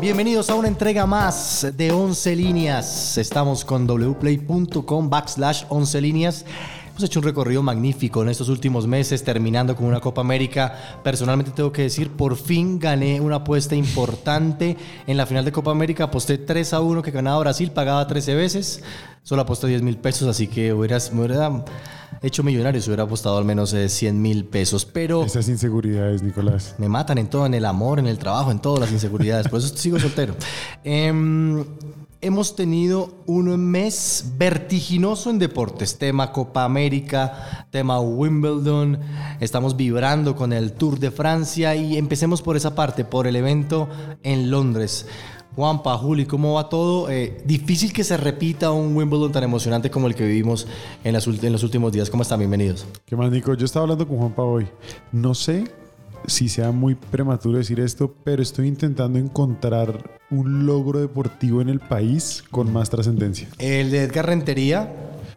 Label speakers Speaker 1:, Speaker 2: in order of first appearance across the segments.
Speaker 1: Bienvenidos a una entrega más de 11 líneas. Estamos con wplay.com backslash 11 líneas. Hemos hecho un recorrido magnífico en estos últimos meses, terminando con una Copa América. Personalmente tengo que decir, por fin gané una apuesta importante en la final de Copa América. Aposté 3 a 1 que ganaba Brasil, pagaba 13 veces. Solo aposté 10 mil pesos, así que hubieras, me hubiera hecho millonario si hubiera apostado al menos eh, 100 mil pesos. Pero
Speaker 2: Esas inseguridades, Nicolás.
Speaker 1: me matan en todo, en el amor, en el trabajo, en todas las inseguridades. Por eso sigo soltero. Em, hemos tenido un mes vertiginoso en deportes. Tema Copa América, tema Wimbledon. Estamos vibrando con el Tour de Francia y empecemos por esa parte, por el evento en Londres. Juanpa, Juli, ¿cómo va todo? Eh, difícil que se repita un Wimbledon tan emocionante como el que vivimos en, las ult- en los últimos días. ¿Cómo están? Bienvenidos.
Speaker 2: ¿Qué más, Nico? Yo estaba hablando con Juanpa hoy. No sé si sea muy prematuro decir esto, pero estoy intentando encontrar un logro deportivo en el país con más trascendencia.
Speaker 1: El de Edgar Rentería,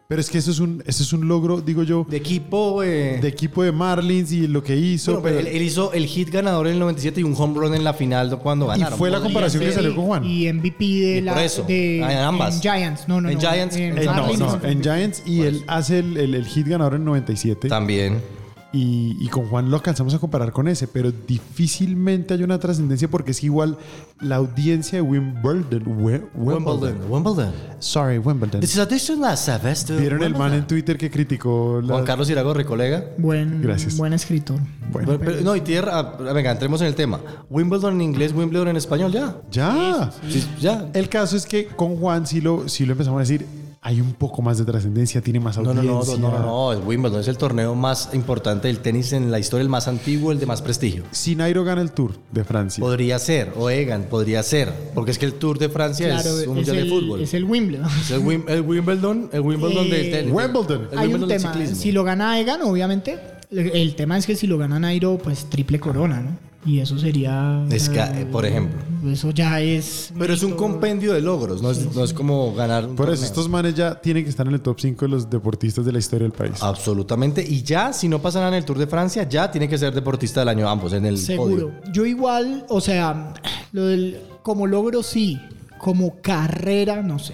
Speaker 2: Pero es que eso es un, eso es un logro, digo yo,
Speaker 1: de equipo... eh,
Speaker 2: de equipo de Marlins y lo que hizo.
Speaker 1: Bueno, pero
Speaker 2: pero-
Speaker 1: él, él hizo el hit ganador en el 97 y un home run en la final do- cuando ganaron.
Speaker 2: fue la
Speaker 1: Podría
Speaker 2: comparación que
Speaker 1: ser.
Speaker 2: salió con Juan.
Speaker 3: Y MVP de
Speaker 1: Y
Speaker 3: la
Speaker 1: por eso,
Speaker 3: de
Speaker 1: ah, en ambas.
Speaker 3: en Giants, no, no,
Speaker 1: En
Speaker 3: no,
Speaker 1: Giants,
Speaker 2: Eh, no,
Speaker 3: Marlins.
Speaker 2: no, en Giants y él hace el, el- el hit ganador en 97
Speaker 1: También.
Speaker 2: y, y con Juan lo alcanzamos a comparar con ese, pero difícilmente hay una trascendencia porque es igual la audiencia de Wimbledon. Wi- Wimbledon.
Speaker 1: Wimbledon. Wimbledon.
Speaker 2: Sorry, Wimbledon.
Speaker 1: This is addition last semester.
Speaker 2: ¿Vieron el man en
Speaker 1: Wimbledon.
Speaker 2: Twitter que criticó la...
Speaker 1: Juan Carlos Iragorri, colega.
Speaker 3: Buen,
Speaker 2: Gracias.
Speaker 3: buen escritor.
Speaker 2: Bueno,
Speaker 1: Pero- pero- no, y tierra. ah, Venga, entremos en el tema. Wimbledon en inglés, Wimbledon en español, ya.
Speaker 2: ya.
Speaker 1: Sí, ya.
Speaker 2: El caso es que con Juan sí lo, sí lo empezamos a decir, hay un poco más de trascendencia, tiene más
Speaker 1: No, no,
Speaker 2: audiencia.
Speaker 1: no, no, no, no, el Wimbledon es el torneo más importante del tenis en la historia, el más antiguo, el de más prestigio.
Speaker 2: Si Nairo gana el Tour de Francia.
Speaker 1: Podría ser, o Egan, podría ser, porque es que el Tour de Francia
Speaker 3: Claro,
Speaker 1: es un
Speaker 3: es
Speaker 1: mundial
Speaker 3: el,
Speaker 1: de fútbol.
Speaker 3: es el Wimbledon.
Speaker 1: Es Pues el, Wim- el Wimbledon, el Wimbledon
Speaker 3: Eh,
Speaker 1: del tenis.
Speaker 2: Wimbledon.
Speaker 1: El
Speaker 3: Hay un
Speaker 1: Wimbledon del
Speaker 3: tema.
Speaker 1: ciclismo.
Speaker 3: Si lo gana Egan, obviamente. El, el tema es que si lo gana Nairo, pues triple corona, ¿no? Y eso sería.
Speaker 1: Es que,
Speaker 3: eh,
Speaker 1: eh, por ejemplo.
Speaker 3: Eso ya es.
Speaker 1: Pero es un compendio de logros, no es, no es como ganar un
Speaker 2: Por eso,
Speaker 1: torneo.
Speaker 2: estos manes ya tienen que estar en el top 5 de los deportistas de la historia del
Speaker 1: Ah,
Speaker 2: país.
Speaker 1: Absolutamente. Y ya, si no pasan en el Tour de Francia, ya tiene que ser deportista del año ambos en el
Speaker 3: Seguro.
Speaker 1: podio. Ah,
Speaker 3: Yo igual, o sea, lo del, como logro sí, como carrera, no sé.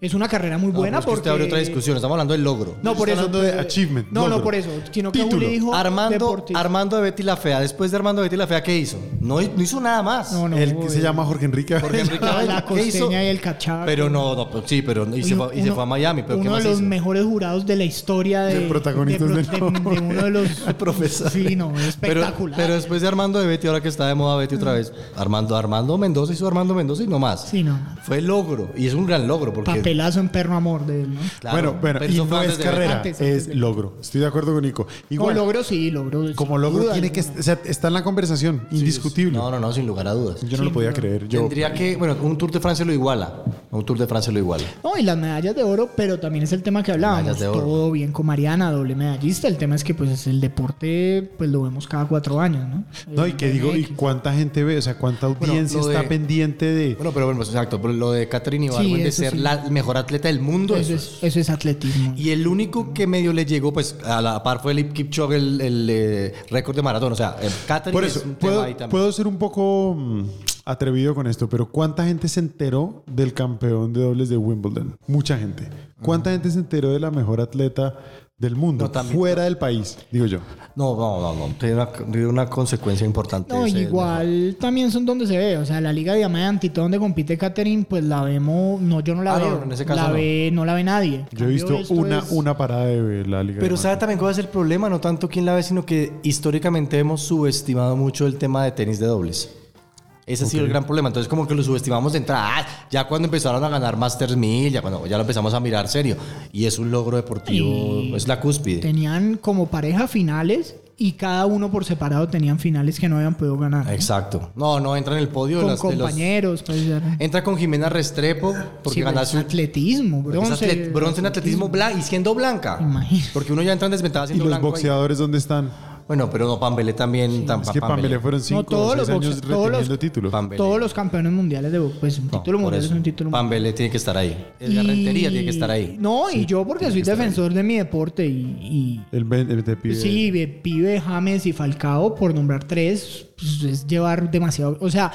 Speaker 3: Es una carrera muy
Speaker 1: No, pero es
Speaker 3: buena
Speaker 1: que
Speaker 3: porque...
Speaker 1: usted abre otra discusión, estamos hablando del logro.
Speaker 3: No, por
Speaker 2: Está
Speaker 3: eso.
Speaker 2: hablando de
Speaker 3: pero-
Speaker 2: achievement,
Speaker 3: No,
Speaker 2: logro.
Speaker 3: no, por eso. Sino que
Speaker 2: Título.
Speaker 3: Juli dijo
Speaker 1: Armando,
Speaker 3: deportista.
Speaker 1: Armando de Betty la Fea, después de Armando de Betty la Fea, ¿qué hizo? No, hi- no eh. hizo nada más.
Speaker 3: No, no,
Speaker 2: el que
Speaker 3: güey.
Speaker 2: se llama Jorge Enrique.
Speaker 1: Jorge Enrique
Speaker 3: La
Speaker 1: Abello, ¿qué
Speaker 3: costeña
Speaker 1: hizo?
Speaker 3: y el cachaco.
Speaker 1: Pero no, no, pero sí, pero y, se,
Speaker 3: Uno-
Speaker 1: fue, y se
Speaker 3: uno-
Speaker 1: fue a Miami, pero ¿qué
Speaker 3: uno
Speaker 1: más
Speaker 3: de los
Speaker 1: hizo?
Speaker 3: mejores jurados de la historia de,
Speaker 2: De protagonistas
Speaker 3: de,
Speaker 2: del
Speaker 3: de- de uno de los
Speaker 1: profesor.
Speaker 3: Sí, no, es
Speaker 1: Pero- pues-
Speaker 3: espectacular.
Speaker 1: Pero, después de Armando de Betty, ahora que está de moda Betty otra vez, Armando, Armando Mendoza hizo Armando Mendoza y no más.
Speaker 3: sí, no.
Speaker 1: Fue logro, y es un gran logro porque.
Speaker 3: Papelazo en perno amor de él, ¿no?
Speaker 1: Claro,
Speaker 2: bueno, bueno,
Speaker 1: pero
Speaker 2: y
Speaker 1: eso fue
Speaker 2: no es
Speaker 1: antes de
Speaker 2: carrera,
Speaker 3: Antes, antes
Speaker 2: es
Speaker 3: de-
Speaker 2: logro. Estoy de acuerdo con Nico.
Speaker 3: Como
Speaker 2: Igual,
Speaker 3: logro sí, logro.
Speaker 2: como
Speaker 3: sin
Speaker 2: logro
Speaker 3: duda
Speaker 2: tiene que,
Speaker 3: alguna.
Speaker 2: o sea, está en la conversación, indiscutible.
Speaker 1: No, no, no, sin lugar a dudas.
Speaker 2: Yo no lo podía creer. Yo,
Speaker 1: Tendría que, bueno, un Tour de Francia lo iguala. Un Tour de Francia lo iguala.
Speaker 3: No, y las medallas de oro, pero también es el tema que hablábamos.
Speaker 1: Medallas de oro.
Speaker 3: Todo bien con Mariana, doble medallista. El tema es que pues el deporte, pues lo vemos cada cuatro años, ¿no? Eh,
Speaker 2: No, y que digo, ¿y
Speaker 3: MX.
Speaker 2: cuánta gente ve? O sea, ¿cuánta
Speaker 1: Bueno,
Speaker 2: audiencia
Speaker 1: lo
Speaker 2: está
Speaker 1: de-
Speaker 2: pendiente de...?
Speaker 1: Bueno, pero bueno, pues, exacto, pero lo de Catherine Ibargüen de
Speaker 3: eso
Speaker 1: ser
Speaker 3: sí.
Speaker 1: la mejor atleta del mundo.
Speaker 3: Eso
Speaker 1: eso
Speaker 3: es, eso es atletismo.
Speaker 1: Y el único que medio le llegó, pues, a la par fue el Kipchoge, el, el, eh, récord de maratón. O sea, el Catherine
Speaker 2: Por
Speaker 1: es
Speaker 2: eso,
Speaker 1: un tema ahí
Speaker 2: puedo,
Speaker 1: también.
Speaker 2: puedo ser un poco mm, atrevido con esto, pero ¿cuánta gente se enteró del campeón de dobles de Wimbledon? Mucha gente. ¿Cuánta gente se enteró de la mejor atleta del mundo?
Speaker 1: No, también-
Speaker 2: fuera del país, digo yo.
Speaker 1: No, no, no, no. Tiene una, tiene una consecuencia importante.
Speaker 3: No,
Speaker 1: ese-
Speaker 3: igual también son donde se ve. O sea, la Liga Diamante, donde compite Catherine, pues la vemos. No, yo no la
Speaker 1: Ah, no,
Speaker 3: veo.
Speaker 1: no, en ese caso
Speaker 3: la
Speaker 1: no.
Speaker 3: ve, no la ve nadie.
Speaker 2: Yo he visto
Speaker 3: En cambio, esto
Speaker 2: una,
Speaker 3: es-
Speaker 2: una parada de la Liga
Speaker 1: Pero
Speaker 2: de
Speaker 1: sabe
Speaker 2: Manos.
Speaker 1: también cuál es el problema, no tanto quién la ve, sino que históricamente hemos subestimado mucho el tema de tenis de dobles. Ese ha sido el gran problema. Entonces, como que lo subestimamos de entrada. Ah, ya cuando empezaron a ganar Masters 1000, ya cuando ya lo empezamos a mirar serio. Y es un logro deportivo,
Speaker 3: Y-
Speaker 1: es la cúspide.
Speaker 3: Tenían como pareja finales y cada uno por separado tenían finales que no habían podido ganar. ¿no?
Speaker 1: Exacto. No, no, entra en el podio de
Speaker 3: Con
Speaker 1: las- de los-
Speaker 3: compañeros, pues. ya-
Speaker 1: Entra con Jimena Restrepo, porque
Speaker 3: Sí, pero es
Speaker 1: ganaste un,
Speaker 3: atletismo,
Speaker 1: es
Speaker 3: bronce.
Speaker 1: atlet- bronce en atletismo blan- y siendo blanca.
Speaker 3: Imagínate.
Speaker 1: Porque uno ya entra en desventaja
Speaker 2: ¿Y
Speaker 1: siendo
Speaker 2: los
Speaker 1: blanco ahí.
Speaker 2: boxeadores dónde están?
Speaker 1: Bueno, pero no, Pambelé también. tam-
Speaker 2: Es que
Speaker 1: Pambelé.
Speaker 2: Pambelé fueron cinco
Speaker 3: todos
Speaker 2: o
Speaker 3: los
Speaker 2: seis años
Speaker 3: boxe- todos
Speaker 2: reteniendo
Speaker 3: los-
Speaker 2: título.
Speaker 1: Pambelé.
Speaker 3: Todos los campeones mundiales de boxeo, pues un
Speaker 1: No,
Speaker 3: título
Speaker 1: por
Speaker 3: mundial
Speaker 1: eso.
Speaker 3: es un título mundial.
Speaker 1: Pambelé tiene que estar ahí. Edgar Rentería
Speaker 3: Y-
Speaker 1: tiene que estar ahí.
Speaker 3: No, y yo porque soy defensor de mi deporte y...
Speaker 2: El, ben- el de
Speaker 3: y
Speaker 2: pibe.
Speaker 3: sí, de Pibe, James y Falcao, por nombrar tres, pues es llevar pues, demasiado... O sea,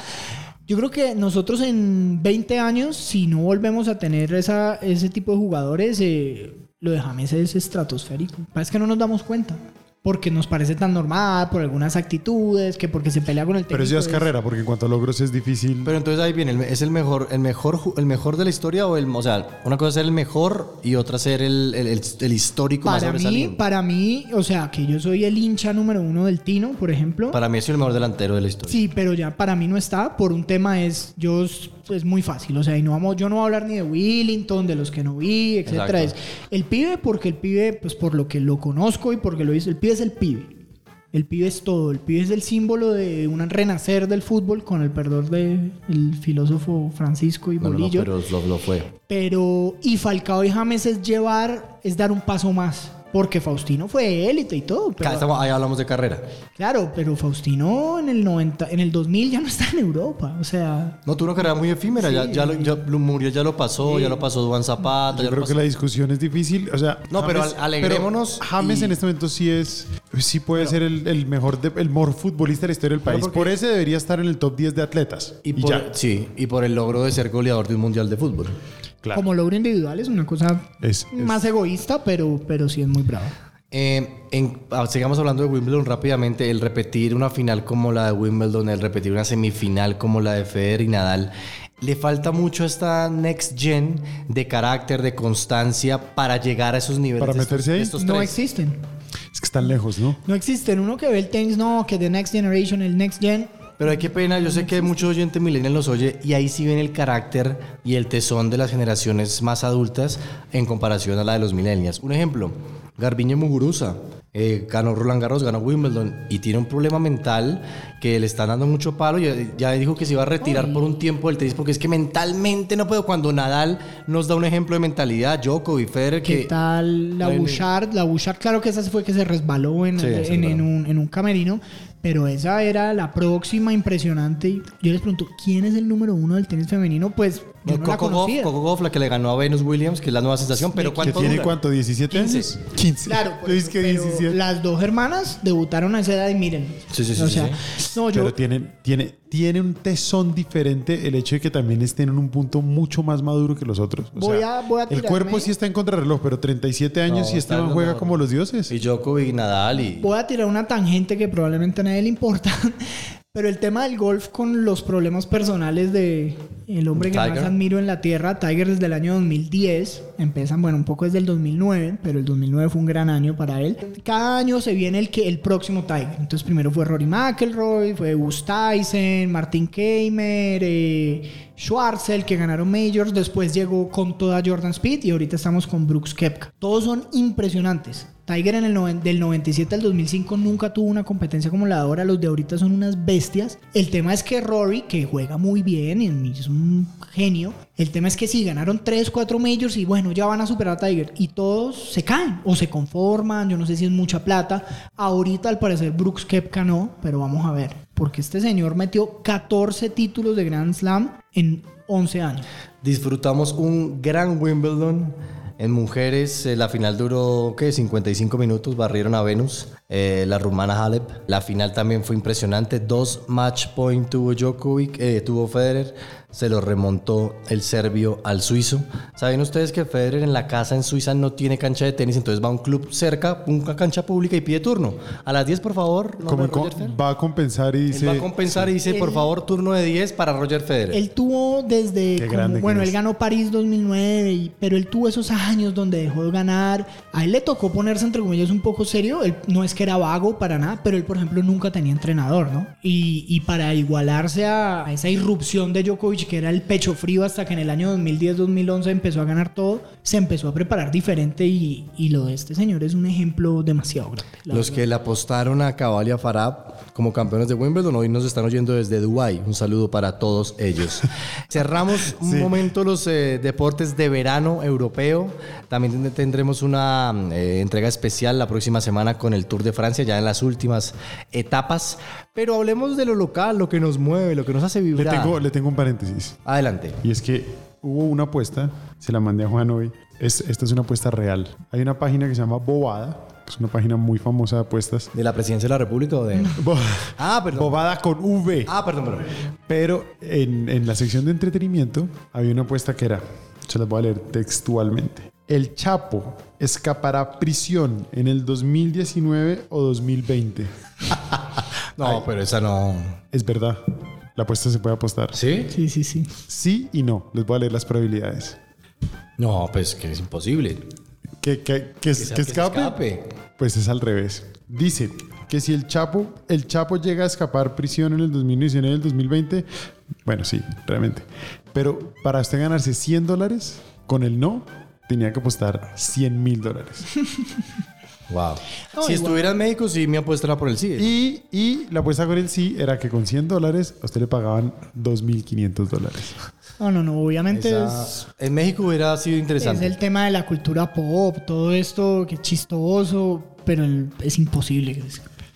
Speaker 3: Yo creo que nosotros en 20 años, si no volvemos a tener esa, ese tipo de jugadores, eh, lo de James es estratosférico. Parece que no nos damos cuenta. Porque nos parece tan normal, por algunas actitudes, que porque se pelea con el técnico.
Speaker 2: Pero eso ya es carrera, porque en cuanto a logros es difícil.
Speaker 1: Pero entonces ahí viene, el- ¿es el mejor, el mejor, ju- el mejor de la historia o el, o sea, una cosa es ser el mejor y otra ser el, el- el- el histórico más
Speaker 3: Para mí,
Speaker 1: sobresaliente?
Speaker 3: para mí, o sea, que yo soy el hincha número uno del Tino, por ejemplo.
Speaker 1: Para mí es el mejor delantero de la historia.
Speaker 3: Sí, pero ya para mí no está. Por un tema es, yo es es muy fácil. O sea, y no vamos, yo no voy a hablar ni de Willington, de los que no vi, etcétera.
Speaker 1: Exacto.
Speaker 3: Es el pibe porque el pibe, pues por lo que lo conozco y porque lo hice, el pibe es el pibe. El pibe es todo. El pibe es el símbolo de un renacer del fútbol con el perdón del filósofo Francisco y
Speaker 1: No, no, no,
Speaker 3: Bolillo.
Speaker 1: pero lo, lo fue.
Speaker 3: Pero, y Falcao y James es llevar, es dar un paso más. Porque Faustino fue élite y todo. Pero,
Speaker 1: Ca- estamos- ahí hablamos de carrera.
Speaker 3: Claro, pero Faustino en el 90, en el 2000 ya no está en Europa. O sea,
Speaker 1: No, tuvo una carrera muy efímera. ya, ya, lo, ya lo- Muriel ya lo pasó, ya lo pasó Juan Zapata. ya
Speaker 2: Yo
Speaker 1: lo
Speaker 2: creo
Speaker 1: pasó-
Speaker 2: que la discusión es difícil. O sea,
Speaker 1: No, pero al- alegrémonos
Speaker 2: pero James
Speaker 1: y-
Speaker 2: en este momento sí es. Sí puede ser el, el mejor, de- el mejor futbolista de la historia del país.
Speaker 1: porque-
Speaker 2: Por ese debería estar en el top 10 de atletas.
Speaker 1: Y
Speaker 2: Y,
Speaker 1: por,
Speaker 2: ya.
Speaker 1: Sí, y por el logro de ser goleador de un mundial de fútbol.
Speaker 2: Claro.
Speaker 3: como logro individual es una cosa
Speaker 2: Es- es-
Speaker 3: más egoísta, pero, pero sí es muy bravo.
Speaker 1: Eh, en- ah, sigamos hablando de Wimbledon rápidamente. El repetir una final como la de Wimbledon, el repetir una semifinal como la de Federer y Nadal. Le falta mucho a esta next gen de carácter, de constancia para llegar a esos niveles.
Speaker 2: Para
Speaker 1: de estos-
Speaker 2: meterse ahí.
Speaker 1: de estos
Speaker 3: No
Speaker 1: tres.
Speaker 3: existen.
Speaker 2: Es que están lejos, ¿no?
Speaker 3: No existen. Uno que ve el tenis, no, que The Next Generation, el Next Gen.
Speaker 1: Pero hay que pena, yo sé que muchos oyentes millennials los oye y ahí sí ven el carácter y el tesón de las generaciones más adultas en comparación a la de los millennials. Un ejemplo, Garbiñe Muguruza. eh, ganó Roland Garros, ganó Wimbledon y tiene un problema mental que le están dando mucho palo. Ya, ya dijo que se iba a retirar por un tiempo del tenis porque es que mentalmente no puedo. Cuando Nadal nos da un ejemplo de mentalidad, Djokovic, Federer,
Speaker 3: ¿Qué
Speaker 1: que
Speaker 3: tal la
Speaker 1: no hay ni-
Speaker 3: Bouchard? La Bouchard, claro que esa fue que se resbaló en,
Speaker 1: Sí,
Speaker 3: en-
Speaker 1: se
Speaker 3: en
Speaker 1: resbaló.
Speaker 3: un, en un camerino, pero esa era la próxima impresionante. Y Yo les pregunto, ¿quién es el número uno del tenis femenino? Pues yo no, la
Speaker 1: Coco Gauff,
Speaker 3: conocía.
Speaker 1: Coco Gauff, la que le ganó a Venus Williams, que es la nueva sensación, pero
Speaker 2: ¿Que
Speaker 1: ¿cuánto
Speaker 2: tiene
Speaker 1: dura?
Speaker 2: cuánto? ¿17 años? 15.
Speaker 3: Claro, por
Speaker 2: Yo
Speaker 3: eso,
Speaker 2: dije que
Speaker 3: pero
Speaker 2: 17.
Speaker 3: las dos hermanas debutaron a esa edad y miren.
Speaker 1: Sí, sí, sí,
Speaker 3: O
Speaker 1: sí,
Speaker 3: sea, no, yo,
Speaker 2: Pero tiene, tiene, tiene un tesón diferente el hecho de que también estén en un punto mucho más maduro que los otros. O
Speaker 3: Voy
Speaker 2: sea,
Speaker 3: a- voy a
Speaker 2: el
Speaker 3: tirarme-
Speaker 2: cuerpo sí está en contrarreloj, pero 37 años
Speaker 1: No, está
Speaker 2: y Esteban
Speaker 1: lo
Speaker 2: juega
Speaker 1: mejor.
Speaker 2: como los dioses.
Speaker 1: Y Djokovic, Nadal y...
Speaker 3: voy a tirar una tangente que probablemente a nadie le importa. Pero el tema del golf con los problemas personales de el hombre que más
Speaker 1: Tiger.
Speaker 3: admiro en la tierra, Tiger desde el año 2010, empiezan, bueno, un poco desde el 2009, pero el 2009 fue un gran año para él. Cada año se viene el que el próximo Tiger. Entonces primero fue Rory McIlroy, fue Gus Tyson, Martin Keimer, eh, Schwarzel, que ganaron majors, después llegó con toda Jordan Speed y ahorita estamos con Brooks Koepka. Todos son impresionantes. Tiger en el noven- del 97 al 2005 nunca tuvo una competencia como la de ahora. Los de ahorita son unas bestias. El tema es que Rory, que juega muy bien y es un genio, el tema es que sí, ganaron 3, 4 majors y bueno, ya van a superar a Tiger. Y todos se caen o se conforman. Yo no sé si es mucha plata. Ahorita al parecer Brooks Koepka no, pero vamos a ver. Porque este señor metió 14 títulos de Grand Slam en 11 años.
Speaker 1: Disfrutamos un gran Wimbledon. En mujeres, eh, la final duró, ¿qué? 55 minutos, barrieron a Venus, eh, la rumana Halep. La final también fue impresionante, dos match point tuvo Djokovic, eh, tuvo Federer, se lo remontó el serbio al suizo. ¿Saben ustedes que Federer en la casa en Suiza no tiene cancha de tenis, entonces va a un club cerca, una cancha pública y pide turno? A las 10, por favor, nombre
Speaker 2: Como
Speaker 1: de Roger Federer.
Speaker 2: co- va a compensar y
Speaker 1: Él va a
Speaker 2: dice.
Speaker 1: compensar y dice, por favor, turno de 10 para Roger Federer.
Speaker 3: Él tuvo desde.
Speaker 2: Este, Qué
Speaker 3: como-
Speaker 2: grande que
Speaker 3: bueno, él
Speaker 2: es.
Speaker 3: ganó París 2009, y- pero él tuvo esos años donde dejó de ganar. A él le tocó ponerse, entre comillas, un poco serio. Él no es que era vago para nada, pero él, por ejemplo, nunca tenía entrenador, ¿no? Y, y para igualarse a, a esa irrupción de Djokovic, que era el pecho frío hasta que en el año 2010-2011 empezó a ganar todo, se empezó a preparar diferente. Y, y lo de este señor es un ejemplo demasiado grande. la
Speaker 1: Los
Speaker 3: verdad.
Speaker 1: que le apostaron a Cabal y a Farab como campeones de Wimbledon hoy nos están oyendo desde Dubái. Un saludo para todos ellos. Cerramos un momento los eh, deportes de verano europeo. También ten- tendremos una eh, entrega especial la próxima semana con el Tour de Francia, ya en las últimas etapas. Pero hablemos de lo local, lo que nos mueve, lo que nos hace
Speaker 2: Le
Speaker 1: vibrar.
Speaker 2: tengo, le tengo un paréntesis.
Speaker 1: Adelante.
Speaker 2: Y es que hubo una apuesta, se la mandé a Juan hoy. Es, esta es una apuesta real. Hay una página que se llama Bobada Es una página muy famosa de apuestas.
Speaker 1: ¿De la presidencia de la República o de.?
Speaker 2: Bo-
Speaker 1: Ah, perdón.
Speaker 2: Bobada con V.
Speaker 1: Ah, perdón, perdón.
Speaker 2: Pero en, en la sección de entretenimiento había una apuesta que era, se las voy a leer textualmente. El Chapo escapará a prisión en el 2019 o 2020.
Speaker 1: No, pero esa no.
Speaker 2: Es verdad. La apuesta se puede apostar.
Speaker 1: ¿Sí?
Speaker 3: Sí, sí, sí.
Speaker 2: Sí y no. Les voy a leer las probabilidades.
Speaker 1: No, pues que es imposible.
Speaker 2: Que, que- que- que
Speaker 1: sea-
Speaker 2: escape. Pues es al revés. Dice que si el Chapo, el Chapo llega a escapar prisión en el 2019 y el 2020, bueno, sí, realmente. Pero para usted ganarse 100 dólares, con el no, tenía que apostar 100 mil dólares.
Speaker 1: Wow.
Speaker 3: No,
Speaker 1: si
Speaker 3: igual.
Speaker 1: estuvieras médico, sí me apuestara por el sí.
Speaker 2: Y, y la apuesta con el sí era que con 100 dólares a usted le pagaban 2.500 dólares.
Speaker 3: No, no, no. Obviamente
Speaker 1: Esa-
Speaker 3: es,
Speaker 1: En México hubiera sido
Speaker 3: es
Speaker 1: interesante.
Speaker 3: el tema de la cultura pop, todo esto, que chistoso, pero el- es imposible.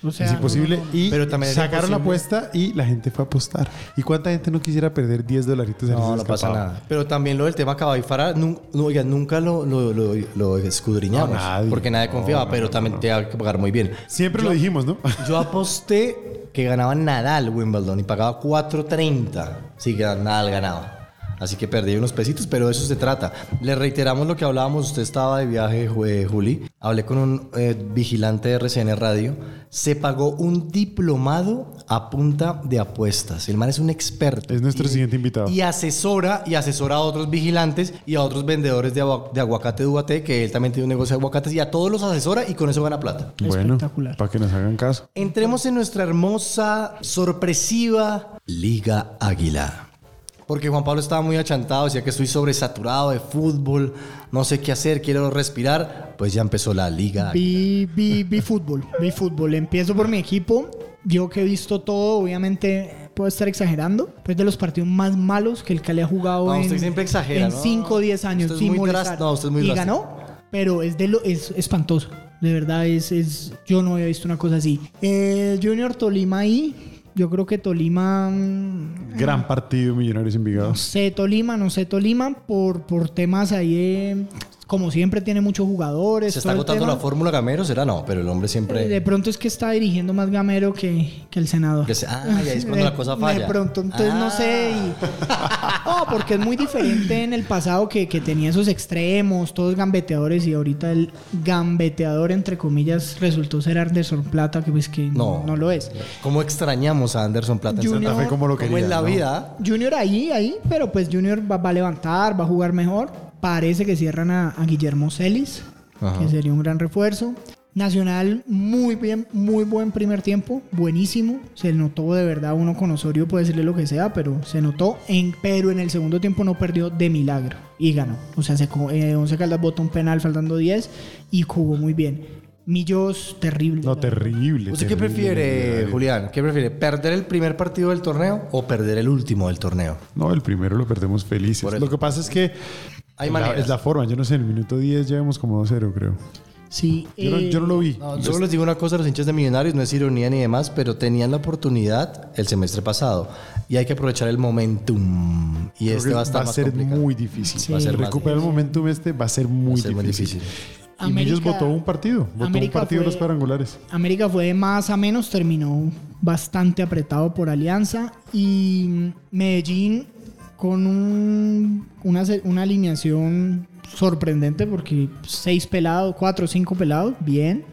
Speaker 3: O sea,
Speaker 2: es imposible.
Speaker 3: no, no, no.
Speaker 2: Y
Speaker 1: Pero también era
Speaker 2: sacaron la
Speaker 1: imposible.
Speaker 2: apuesta y la gente fue a apostar. ¿Y cuánta gente no quisiera perder 10 dolaritos? en
Speaker 1: No,
Speaker 2: ese
Speaker 1: no pasa
Speaker 2: escapado?
Speaker 1: nada. Pero también lo del tema Caballfara, nun- no, oiga, nunca lo, lo, lo- lo escudriñamos.
Speaker 2: No, nadie.
Speaker 1: porque nadie confiaba, pero también te va que pagar muy bien.
Speaker 2: Siempre lo dijimos, ¿no?
Speaker 1: Yo aposté que ganaba Nadal Wimbledon y pagaba 4.30 si ga- Nadal ganaba. Así que perdí unos pesitos, pero de eso se trata. Le reiteramos lo que hablábamos. Usted estaba de viaje, ju- eh, Juli. Hablé con un eh, vigilante de RCN Radio. Se pagó un diplomado a punta de apuestas. El man es un experto.
Speaker 2: Es nuestro siguiente invitado.
Speaker 1: Y asesora, y asesora a otros vigilantes y a otros vendedores de, agua- de aguacate de Ubaté, que él también tiene un negocio de aguacates, y a todos los asesora y con eso gana plata.
Speaker 2: Bueno,
Speaker 3: Espectacular.
Speaker 2: para que nos hagan caso.
Speaker 1: Entremos en nuestra hermosa, sorpresiva Liga Águila. Porque Juan Pablo estaba muy achantado, decía que estoy sobresaturado de fútbol, no sé qué hacer, quiero respirar. Pues ya empezó la Liga Águila.
Speaker 3: Vi, vi, vi fútbol, vi fútbol. Empiezo por mi equipo. Yo que he visto todo, obviamente puedo estar exagerando, pero es de los partidos más malos que el Cali ha jugado
Speaker 1: No,
Speaker 3: en
Speaker 1: usted siempre exagera,
Speaker 3: en
Speaker 1: ¿no?
Speaker 3: 5 o 10 años.
Speaker 1: Usted es
Speaker 3: sin
Speaker 1: muy
Speaker 3: molestar.
Speaker 1: dras- no, usted es muy
Speaker 3: y
Speaker 1: drástico.
Speaker 3: ganó, pero es de lo es espantoso. De verdad es, es yo no había visto una cosa así. El Junior Tolima ahí, yo creo que Tolima mm,
Speaker 2: Gran partido Millonarios
Speaker 3: no
Speaker 2: Envigados.
Speaker 3: sé Tolima, no sé Tolima por por temas ahí de- como siempre tiene muchos jugadores.
Speaker 1: ¿Se está
Speaker 3: todo el
Speaker 1: agotando
Speaker 3: tema.
Speaker 1: la fórmula Gamero? ¿Será no? Pero el hombre
Speaker 3: Eh, De
Speaker 1: siempre...
Speaker 3: pronto es que está dirigiendo más Gamero que, que el senador.
Speaker 1: que se- Ah, y ahí es cuando
Speaker 3: De-
Speaker 1: la cosa falla.
Speaker 3: De pronto, entonces no sé. y- No, porque es muy diferente en el pasado que, que tenía esos extremos, todos gambeteadores, y ahorita el gambeteador, entre comillas, resultó ser Anderson Plata, que pues que no,
Speaker 1: No.
Speaker 3: no lo es.
Speaker 1: ¿Cómo extrañamos a Anderson Plata en
Speaker 3: Junior-
Speaker 1: Santa
Speaker 2: Santa Fe como lo
Speaker 1: Fe? Como en
Speaker 2: quería.
Speaker 1: la
Speaker 2: ¿no?
Speaker 1: vida...
Speaker 3: Junior ahí, ahí, pero pues Junior va, va a levantar, va a jugar mejor. Parece que cierran a, a Guillermo Celis,
Speaker 1: Ajá.
Speaker 3: que sería un gran refuerzo. Nacional, muy bien, muy buen primer tiempo, buenísimo. Se notó de verdad, uno con Osorio puede decirle lo que sea, pero se notó. En, pero en el segundo tiempo no perdió de milagro y ganó. O sea, se, co- eh, Once Caldas botó un penal faltando 10 y jugó muy bien. Millos, terrible.
Speaker 2: No,
Speaker 3: la verdad.
Speaker 2: terrible.
Speaker 1: ¿Usted qué
Speaker 2: terrible,
Speaker 1: prefiere,
Speaker 2: terrible.
Speaker 1: Julián? ¿Qué prefiere? ¿Perder el primer partido del torneo o perder el último del torneo?
Speaker 2: No, el primero lo perdemos felices.
Speaker 1: Por eso.
Speaker 2: Lo que pasa es que
Speaker 1: Hay
Speaker 2: la-
Speaker 1: maneras.
Speaker 2: es la forma. Yo no sé, en el minuto 10 ya vemos como 2-0, creo.
Speaker 3: Sí,
Speaker 2: Yo, no,
Speaker 3: eh,
Speaker 2: yo no lo vi.
Speaker 1: No, solo les digo una cosa a los hinchas de Millonarios, no es ironía ni demás, pero tenían la oportunidad el semestre pasado y hay que aprovechar el momentum. Y
Speaker 2: Creo
Speaker 1: este
Speaker 2: que
Speaker 1: va a estar más
Speaker 2: ser
Speaker 1: complicado.
Speaker 2: muy difícil.
Speaker 3: Sí. Va a ser
Speaker 1: más
Speaker 2: Recuperar el momentum este va a ser muy,
Speaker 1: Va a ser muy
Speaker 2: difícil.
Speaker 1: difícil.
Speaker 2: Y Millos
Speaker 3: América-
Speaker 2: votó un partido. Votó un
Speaker 3: América
Speaker 2: partido de
Speaker 3: fue-
Speaker 2: los cuadrangulares.
Speaker 3: América fue de más a menos, terminó bastante apretado por Alianza y Medellín con un- una, se- una alineación sorprendente porque seis pelados, cuatro o cinco pelados, bien.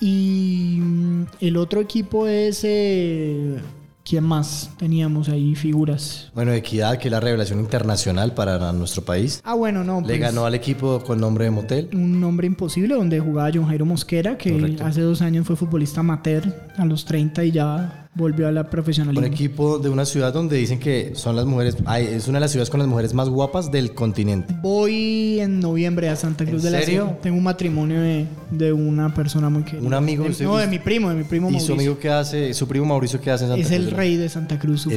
Speaker 3: Y mm, el otro equipo es... eh, ¿Quién más teníamos ahí figuras?
Speaker 1: Bueno, Equidad, que es la revelación internacional para nuestro país,
Speaker 3: Ah, bueno, no.
Speaker 1: le
Speaker 3: pues,
Speaker 1: ganó al equipo con nombre de motel.
Speaker 3: un nombre imposible donde jugaba John Jairo Mosquera, que
Speaker 1: Correcto.
Speaker 3: hace dos años fue futbolista amateur a los 30 y ya volvió a la
Speaker 1: Un
Speaker 3: profesionalidad.
Speaker 1: equipo de una ciudad donde dicen que son las mujeres, ay, es una de las ciudades con las mujeres más guapas del continente.
Speaker 3: Voy en noviembre a Santa Cruz
Speaker 1: ¿En
Speaker 3: de la
Speaker 1: serio?
Speaker 3: Sierra. Tengo un matrimonio de, de una persona muy querida.
Speaker 1: ¿Un amigo
Speaker 3: De-
Speaker 1: que usted
Speaker 3: no, de
Speaker 1: dice?
Speaker 3: mi primo, de mi primo
Speaker 1: Y su
Speaker 3: Mauricio.
Speaker 1: amigo que hace, su primo Mauricio que hace en Santa
Speaker 3: es el
Speaker 1: Cruz?
Speaker 3: rey de Santa Cruz, su
Speaker 1: ¿En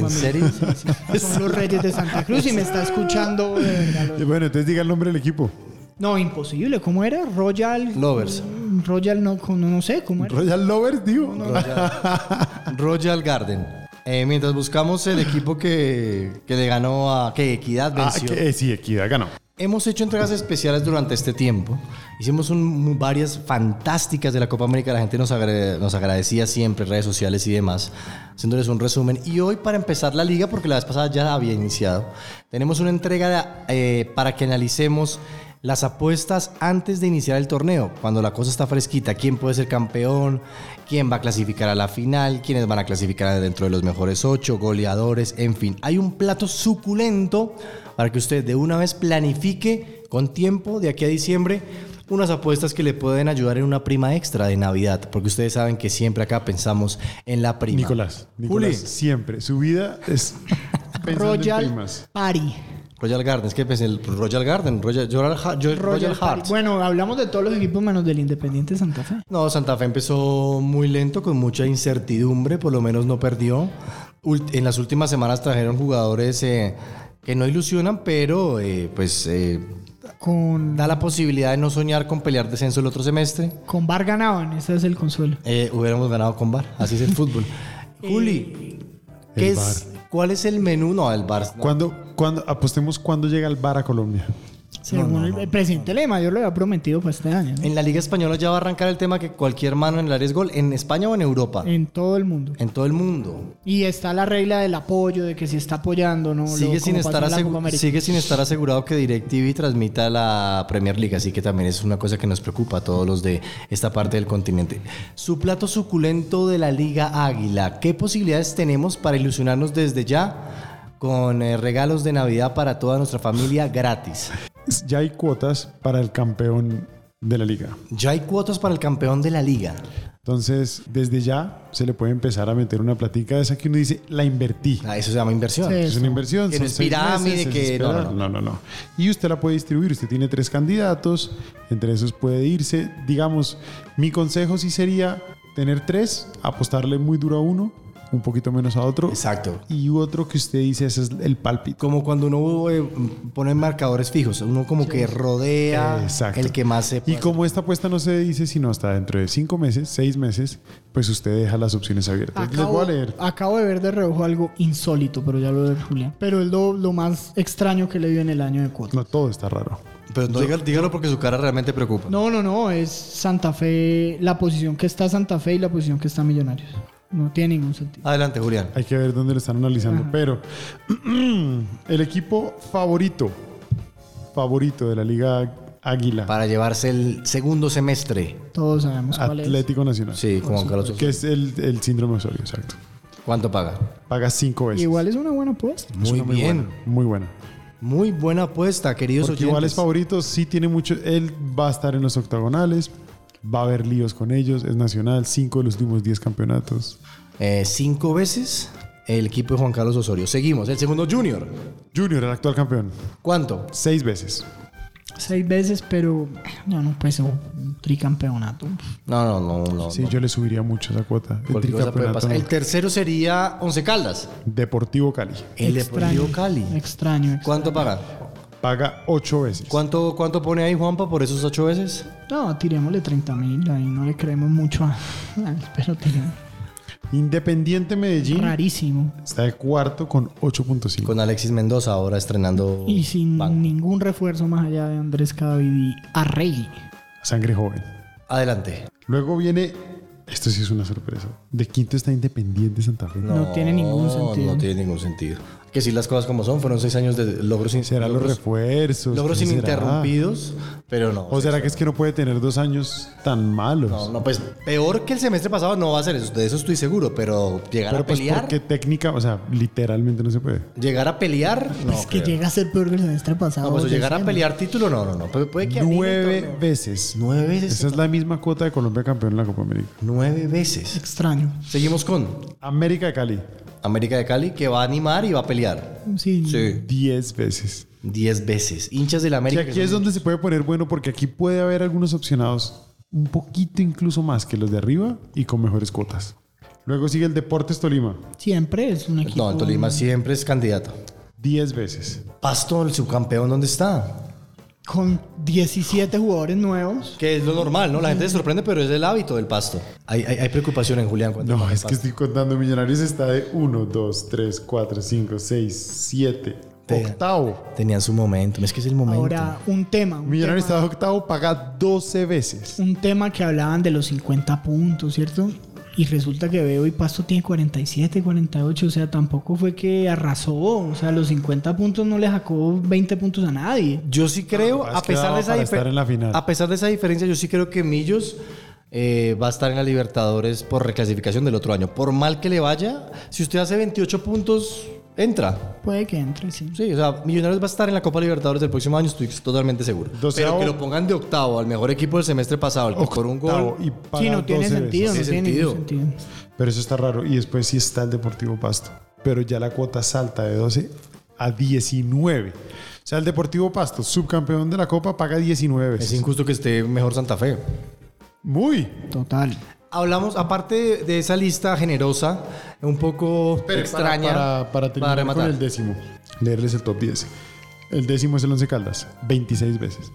Speaker 1: serio?
Speaker 3: familia. Sí, sí. Son los reyes de Santa Cruz y me está escuchando. de verdad, lo-
Speaker 2: Y Bueno, entonces diga el nombre del equipo.
Speaker 3: No, imposible. ¿Cómo era? Royal.
Speaker 1: Lovers.
Speaker 3: Royal, no, no, no sé cómo era.
Speaker 2: Royal Lovers, digo.
Speaker 1: Royal, Royal Garden. Eh, mientras buscamos el equipo que, que le ganó a que Equidad
Speaker 2: Ah,
Speaker 1: venció.
Speaker 2: que- eh, sí, Equidad ganó.
Speaker 1: Hemos hecho entregas especiales durante este tiempo. Hicimos un- varias fantásticas de la Copa América. La gente nos, agrade- nos agradecía siempre, redes sociales y demás, haciéndoles un resumen. Y hoy, para empezar la liga, porque la vez pasada ya había iniciado, tenemos una entrega eh, para que analicemos las apuestas antes de iniciar el torneo, cuando la cosa está fresquita, quién puede ser campeón, quién va a clasificar a la final, quiénes van a clasificar dentro de los mejores ocho, goleadores, en fin. Hay un plato suculento para que usted de una vez planifique con tiempo de aquí a diciembre unas apuestas que le pueden ayudar en una prima extra de Navidad, porque ustedes saben que siempre acá pensamos en la prima.
Speaker 2: Nicolás, Nicolás,
Speaker 1: Juli,
Speaker 2: siempre. Su vida es pensando en
Speaker 3: Royal
Speaker 2: primas.
Speaker 3: Party.
Speaker 1: Royal Gardens, ¿qué pensé? El Royal Garden, Royal, Royal, Ha- Royal
Speaker 3: Royal
Speaker 1: Hearts.
Speaker 3: Party. Bueno, hablamos de todos los equipos menos del Independiente Santa Fe.
Speaker 1: No, Santa Fe empezó muy lento, con mucha incertidumbre, por lo menos no perdió. Ult- En las últimas semanas trajeron jugadores eh, que no ilusionan, pero eh, pues eh,
Speaker 3: Con,
Speaker 1: da la posibilidad de no soñar con pelear descenso el otro semestre.
Speaker 3: con Bar ganaban, ese es el consuelo.
Speaker 1: Eh, hubiéramos ganado con VAR, así es el fútbol. Juli, ¿qué
Speaker 2: El
Speaker 1: es, ¿cuál es el menú? No, el VAR. no.
Speaker 2: ¿Cuándo, cuándo- apostemos cuándo llega el bar a Colombia?
Speaker 3: Según el, el presidente Lema, yo lo había prometido para este año. ¿no?
Speaker 1: En la Liga Española ya va a arrancar el tema que cualquier mano en el área es gol, en España o en Europa,
Speaker 3: En todo el mundo.
Speaker 1: en todo el mundo.
Speaker 3: Y está la regla del apoyo, de que si está apoyando, ¿no?
Speaker 1: Sigue
Speaker 3: Luego,
Speaker 1: sin,
Speaker 3: como pasó
Speaker 1: estar
Speaker 3: en la
Speaker 1: asegu-
Speaker 3: Copa América.
Speaker 1: sigue sin estar asegurado que DirecTV transmita la Premier League, así que también es una cosa que nos preocupa a todos los de esta parte del continente. Su plato suculento de la Liga Águila, ¿qué posibilidades tenemos para ilusionarnos desde ya con eh, regalos de Navidad para toda nuestra familia gratis?
Speaker 2: Ya hay cuotas para el campeón de la liga.
Speaker 1: Ya hay cuotas para el campeón de la liga.
Speaker 2: Entonces, desde ya se le puede empezar a meter una platica de esa que uno dice, la invertí.
Speaker 1: Ah, eso se llama inversión.
Speaker 3: Sí.
Speaker 2: Es una inversión.
Speaker 1: Que
Speaker 2: son
Speaker 1: no es
Speaker 2: seis
Speaker 1: pirámide,
Speaker 2: meses,
Speaker 1: que-
Speaker 2: es
Speaker 1: no,
Speaker 2: esperar.
Speaker 1: no,
Speaker 2: no, no, no. Y usted la puede distribuir. Usted tiene tres candidatos. Entre esos puede irse. Digamos, mi consejo sí sería tener tres, apostarle muy duro a uno, un poquito menos a otro.
Speaker 1: Exacto.
Speaker 2: Y otro que usted dice, ese es el pálpito.
Speaker 1: Como cuando uno eh, pone marcadores fijos, uno como que rodea
Speaker 2: Exacto.
Speaker 1: el que más se
Speaker 2: Y como esta apuesta no se dice sino hasta dentro de cinco meses, seis meses, pues usted deja las opciones abiertas. Les
Speaker 3: Acabo,
Speaker 2: voy a leer.
Speaker 3: acabo de ver de reojo algo insólito, pero ya lo de Julián. Pero es lo, lo más extraño que le dio en el año de cuotas.
Speaker 2: No, todo está raro.
Speaker 1: Pero no, dígalo, dígalo porque su cara realmente preocupa.
Speaker 3: No, no, no, es Santa Fe, la posición que está Santa Fe y la posición que está Millonarios. No tiene ningún sentido.
Speaker 1: Adelante, Julián.
Speaker 2: Hay que ver dónde lo están analizando.
Speaker 3: Ajá.
Speaker 2: Pero el equipo favorito, favorito de la Liga Águila,
Speaker 1: para llevarse el segundo semestre.
Speaker 3: Todos sabemos cuál es.
Speaker 2: Atlético Nacional.
Speaker 1: Sí, Juan Carlos.
Speaker 2: Que es el, el síndrome de Osorio, exacto.
Speaker 1: ¿Cuánto paga?
Speaker 2: Paga cinco
Speaker 1: pues.
Speaker 2: veces.
Speaker 3: Igual es una buena apuesta.
Speaker 1: Muy
Speaker 2: Muy
Speaker 1: bien.
Speaker 2: buena, muy buena.
Speaker 1: Muy buena apuesta, queridos
Speaker 2: Porque igual es
Speaker 1: oyentes.
Speaker 2: favorito, sí tiene mucho. Él va a estar en los octagonales, va a haber líos con ellos, es nacional, cinco de los últimos diez campeonatos.
Speaker 1: Eh, cinco veces el equipo de Juan Carlos Osorio. Seguimos. El segundo Junior.
Speaker 2: Junior, el actual campeón,
Speaker 1: ¿Cuánto?
Speaker 2: seis veces.
Speaker 3: Seis veces, pero no, no, pues un tricampeonato.
Speaker 1: No, no, no, no.
Speaker 2: Sí,
Speaker 1: no.
Speaker 2: yo le subiría mucho esa cuota. El
Speaker 1: Cualquier cosa puede
Speaker 2: tricampeonato
Speaker 1: pasar. El tercero sería Once Caldas.
Speaker 2: Deportivo Cali.
Speaker 1: El
Speaker 3: Extraño,
Speaker 1: Deportivo Cali.
Speaker 3: Extraño. extraño.
Speaker 1: ¿Cuánto paga?
Speaker 2: Paga ocho veces.
Speaker 1: ¿Cuánto, ¿Cuánto pone ahí Juanpa por esos ocho veces?
Speaker 3: No, tirémosle 30 mil, ahí no le creemos mucho a... Pero tiremos.
Speaker 2: Independiente Medellín
Speaker 3: Rarísimo.
Speaker 2: está de cuarto con 8.5.
Speaker 1: Con Alexis Mendoza ahora estrenando.
Speaker 3: Y sin
Speaker 1: Oh, banco.
Speaker 3: ningún refuerzo más allá de Andrés Cadavid y Arregui.
Speaker 2: Sangre joven.
Speaker 1: Adelante.
Speaker 2: Luego viene, esto sí es una sorpresa. De quinto está Independiente Santa Fe.
Speaker 3: No tiene ningún sentido.
Speaker 1: No tiene ningún sentido. Que si las cosas como son, fueron seis años de logros sin
Speaker 2: ¿Será los
Speaker 1: logros-
Speaker 2: refuerzos?
Speaker 1: Logros
Speaker 2: ¿Qué será?
Speaker 1: ininterrumpidos, pero no.
Speaker 2: ¿O será que es que no puede tener dos años tan malos?
Speaker 1: No, no, pues peor que el semestre pasado no va a ser eso, de eso estoy seguro, pero llegar
Speaker 2: Pero
Speaker 1: a
Speaker 2: pues
Speaker 1: pelear,
Speaker 2: porque técnica, o sea, literalmente no se puede.
Speaker 1: llegar a pelear, no.
Speaker 3: es que
Speaker 1: creo.
Speaker 3: llega a ser peor que el semestre pasado.
Speaker 1: No, pues,
Speaker 3: Yo
Speaker 1: llegar a
Speaker 3: sé,
Speaker 1: pelear título, no, no, no. Pero puede que anime el
Speaker 2: Nueve
Speaker 1: torneo.
Speaker 2: veces.
Speaker 1: Nueve veces.
Speaker 2: Esa es la misma cuota de Colombia campeón en la Copa América.
Speaker 1: Nueve veces.
Speaker 3: Extraño.
Speaker 1: Seguimos con
Speaker 2: América de Cali,
Speaker 1: América de Cali, que va a animar y va a pelear.
Speaker 3: Sí.
Speaker 1: Sí.
Speaker 2: diez veces.
Speaker 1: Diez veces. Hinchas del
Speaker 2: Y
Speaker 1: América.
Speaker 2: aquí es donde se puede poner bueno porque aquí puede haber algunos opcionados un poquito incluso más que los de arriba y con mejores cuotas. Luego sigue el Deportes Tolima,
Speaker 3: Siempre es un equipo.
Speaker 1: No, en Tolima siempre es candidato.
Speaker 2: 10 veces.
Speaker 1: Pasto, el subcampeón, ¿dónde está?
Speaker 3: Con 17 jugadores nuevos.
Speaker 1: Que es lo normal, ¿no? La gente se sorprende, pero es el hábito del pasto. Hay, hay- hay preocupación en Julián. cuando
Speaker 2: No,
Speaker 1: pasa el
Speaker 2: es que estoy contando Millonarios está de 1, 2, 3, 4, 5, 6, 7,
Speaker 1: Te-
Speaker 2: Octavo.
Speaker 1: Tenían su momento. Es que es el momento.
Speaker 3: Ahora, un tema. Un
Speaker 2: Millonarios
Speaker 3: tema,
Speaker 2: está octavo, paga 12 veces.
Speaker 3: un tema que hablaban de los 50 puntos, ¿cierto? Y resulta que veo y Pasto tiene 47, 48, o sea, tampoco fue que arrasó, o sea, los 50 puntos no le sacó 20 puntos a nadie.
Speaker 1: Yo sí creo,
Speaker 2: lo que pasa
Speaker 1: a
Speaker 2: es que
Speaker 1: pesar
Speaker 2: daba
Speaker 1: de esa
Speaker 2: para
Speaker 1: difer-
Speaker 2: estar en la final.
Speaker 1: a pesar de esa diferencia, yo sí creo que Millos eh, va a estar en la Libertadores por reclasificación del otro año. Por mal que le vaya, si usted hace 28 puntos, entra.
Speaker 3: Puede que entre, sí.
Speaker 1: Sí, o sea, Millonarios va a estar en la Copa Libertadores del próximo año, estoy totalmente seguro.
Speaker 2: Doceavo.
Speaker 1: Pero que lo pongan de octavo al mejor equipo del semestre pasado, al que por un
Speaker 2: Octavo
Speaker 1: gol.
Speaker 2: y paga
Speaker 3: Sí, no tiene
Speaker 2: 12 veces.
Speaker 3: sentido, no
Speaker 1: veces.
Speaker 3: tiene ningún
Speaker 1: Sentido.
Speaker 3: sentido.
Speaker 2: Pero eso está raro. Y después sí está el Deportivo Pasto. Pero ya la cuota salta de 12 a 19. O sea, el Deportivo Pasto, subcampeón de la Copa, paga 19
Speaker 1: Es
Speaker 2: veces.
Speaker 1: injusto que esté mejor Santa Fe.
Speaker 2: Muy.
Speaker 3: Total.
Speaker 1: Hablamos, aparte de, de esa lista generosa, un poco extraña.
Speaker 2: Para, para terminar
Speaker 1: rematar.
Speaker 2: con el décimo. Leerles el top 10. El décimo es el Once Caldas. 26 veces.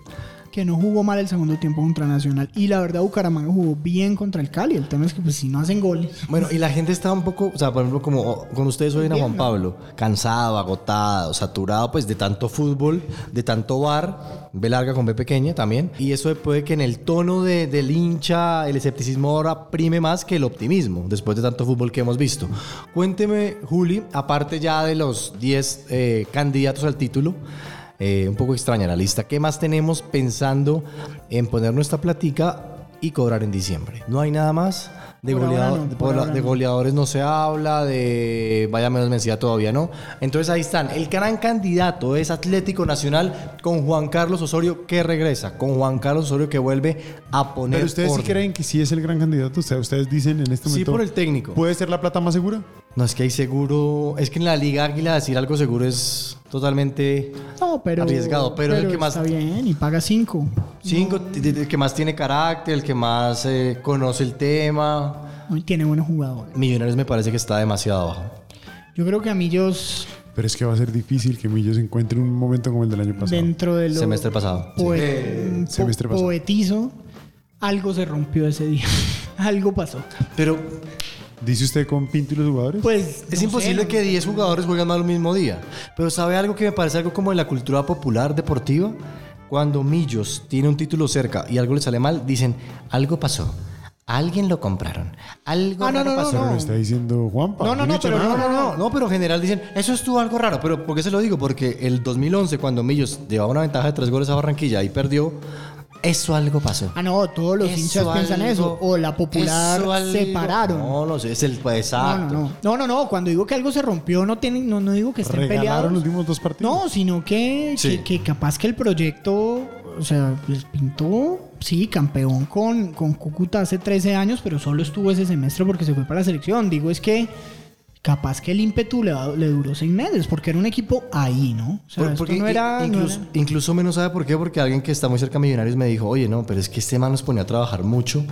Speaker 3: Que no jugó mal el segundo tiempo contra Nacional. Y la verdad, Bucaramanga jugó bien contra el Cali. El tema es que, pues, si no hacen goles.
Speaker 1: Bueno, y la gente está un poco, o sea, por ejemplo, como oh, con ustedes hoy en Juan Pablo, cansado, agotado, saturado, pues de tanto fútbol, de tanto bar, B larga con B pequeña también. Y eso puede que en el tono de- del hincha, el escepticismo ahora prime más que el optimismo, después de tanto fútbol que hemos visto. Cuénteme, Juli, aparte ya de los 10 eh, candidatos al título, eh, un poco extraña la lista, ¿qué más tenemos pensando en poner nuestra platica? Y cobrar en diciembre. No hay nada más de
Speaker 3: Por ahora
Speaker 1: goleado-
Speaker 3: no, por
Speaker 1: por la-
Speaker 3: ahora
Speaker 1: de
Speaker 3: no.
Speaker 1: goleadores no se habla, de vaya menos vencida todavía no. Entonces ahí están. El gran candidato es Atlético Nacional con Juan Carlos Osorio que regresa, con Juan Carlos Osorio que vuelve a poner.
Speaker 2: Pero ustedes sí
Speaker 1: orden.
Speaker 2: creen que sí es el gran candidato. O sea, ustedes dicen en este
Speaker 1: Sí,
Speaker 2: momento.
Speaker 1: por el técnico.
Speaker 2: ¿Puede ser la plata más segura?
Speaker 1: No, es que hay seguro. Es que en la Liga Águila decir algo seguro es totalmente
Speaker 3: No, pero.
Speaker 1: arriesgado, pero, es el que más.
Speaker 3: Está bien, y paga 5.
Speaker 1: Cinco, t- t- el que más tiene carácter, el que más eh, conoce el tema.
Speaker 3: Tiene buenos jugadores.
Speaker 1: Millonarios me parece que está demasiado abajo.
Speaker 3: Yo creo que a Millos,
Speaker 2: Pero es que va a ser difícil que Millos encuentre un momento como el del año pasado. Eh,
Speaker 3: dentro de lo.
Speaker 1: Semestre pasado. sí.
Speaker 3: poe- po-
Speaker 2: semestre pasado.
Speaker 3: Poetizo, algo se rompió ese día. algo pasó.
Speaker 1: Pero
Speaker 2: ¿Dice usted con Pinto y los jugadores?
Speaker 3: Pues.
Speaker 1: Es
Speaker 3: no
Speaker 1: imposible
Speaker 3: sé,
Speaker 1: que 10 jugadores jueguen mal un mismo día. Pero ¿sabe algo que me parece algo como de la cultura popular deportiva? Cuando Millos tiene un título cerca y algo le sale mal, dicen, algo pasó. Alguien lo compraron. Algo
Speaker 3: Ah, no,
Speaker 1: raro
Speaker 3: no, no,
Speaker 1: pasó.
Speaker 2: Pero
Speaker 3: no.
Speaker 2: lo está diciendo Juanpa.
Speaker 3: No,
Speaker 2: Yo
Speaker 3: no,
Speaker 2: he
Speaker 3: no,
Speaker 2: dicho
Speaker 3: pero
Speaker 2: nada.
Speaker 1: No, no, no, no, pero en general dicen, eso estuvo algo raro. Pero ¿por qué se lo digo? Porque el 2011, cuando Millos llevaba una ventaja de tres goles a Barranquilla y perdió, eso algo pasó.
Speaker 3: Ah, no, todos los
Speaker 1: Eso
Speaker 3: hinchas piensan
Speaker 1: algo-
Speaker 3: eso. O la popular
Speaker 1: eso algo-
Speaker 3: separaron.
Speaker 1: No, no sé, es el pues, exacto.
Speaker 3: No, no, no. No, no, no. Cuando digo que algo se rompió, no, tiene, no, no digo que estén
Speaker 2: Regalaron los
Speaker 3: peleados.
Speaker 2: últimos dos partidos.
Speaker 3: No, sino que,
Speaker 1: Sí.
Speaker 3: que, que capaz que el proyecto, o sea, les pintó, sí, campeón con, con Cúcuta hace 13 años, pero solo estuvo ese semestre porque se fue para la selección. Digo, es que capaz que el ímpetu le, va- le duró seis meses, porque era un equipo ahí, ¿no? O sea,
Speaker 1: Por-
Speaker 3: esto
Speaker 1: porque
Speaker 3: no era...
Speaker 1: i-
Speaker 3: no
Speaker 1: incluso,
Speaker 3: era-
Speaker 1: incluso menos sabe por qué, porque alguien que está muy cerca a Millonarios me dijo, oye, no, pero es que este man nos ponía a trabajar mucho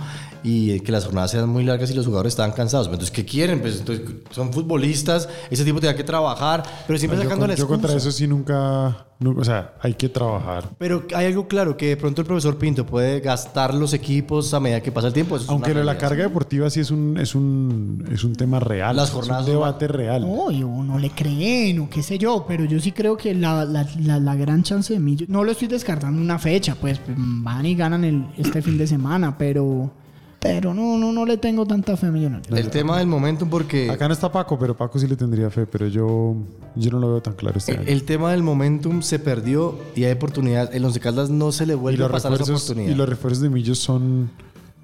Speaker 1: y eh, que las jornadas eran muy largas y los jugadores estaban cansados. Entonces, ¿qué quieren? Pues entonces, son futbolistas, ese tipo tiene que trabajar, pero siempre
Speaker 2: No, yo,
Speaker 1: sacando
Speaker 2: con-
Speaker 1: la
Speaker 2: yo
Speaker 1: excusa.
Speaker 2: contra eso sí nunca, nunca- O sea, hay que trabajar.
Speaker 1: Pero hay algo claro, que de pronto el profesor Pinto puede gastar los equipos a medida que pasa el tiempo. eso es
Speaker 2: Aunque
Speaker 1: una
Speaker 2: la
Speaker 1: realidad.
Speaker 2: carga deportiva sí es un, es un, es un tema real.
Speaker 1: Las jornadas
Speaker 2: Es un
Speaker 1: son-
Speaker 2: debate real.
Speaker 3: No, yo no le creen o qué sé yo, pero yo sí creo que la, la- la- la gran chance de mí, no lo estoy descartando una fecha, pues van y ganan el, este fin de semana, pero pero no, no, no le tengo tanta fe a Millonarios.
Speaker 1: El tema del momento, porque...
Speaker 2: Acá no está Paco, pero Paco sí le tendría fe, pero yo, yo no lo veo tan claro este año.
Speaker 1: El tema del momentum se perdió y hay oportunidades. El Once Caldas no se le
Speaker 2: y,
Speaker 1: vuelve a
Speaker 2: los
Speaker 1: pasar esa
Speaker 2: refuerzos,
Speaker 1: oportunidad.
Speaker 2: y los refuerzos de Millos son...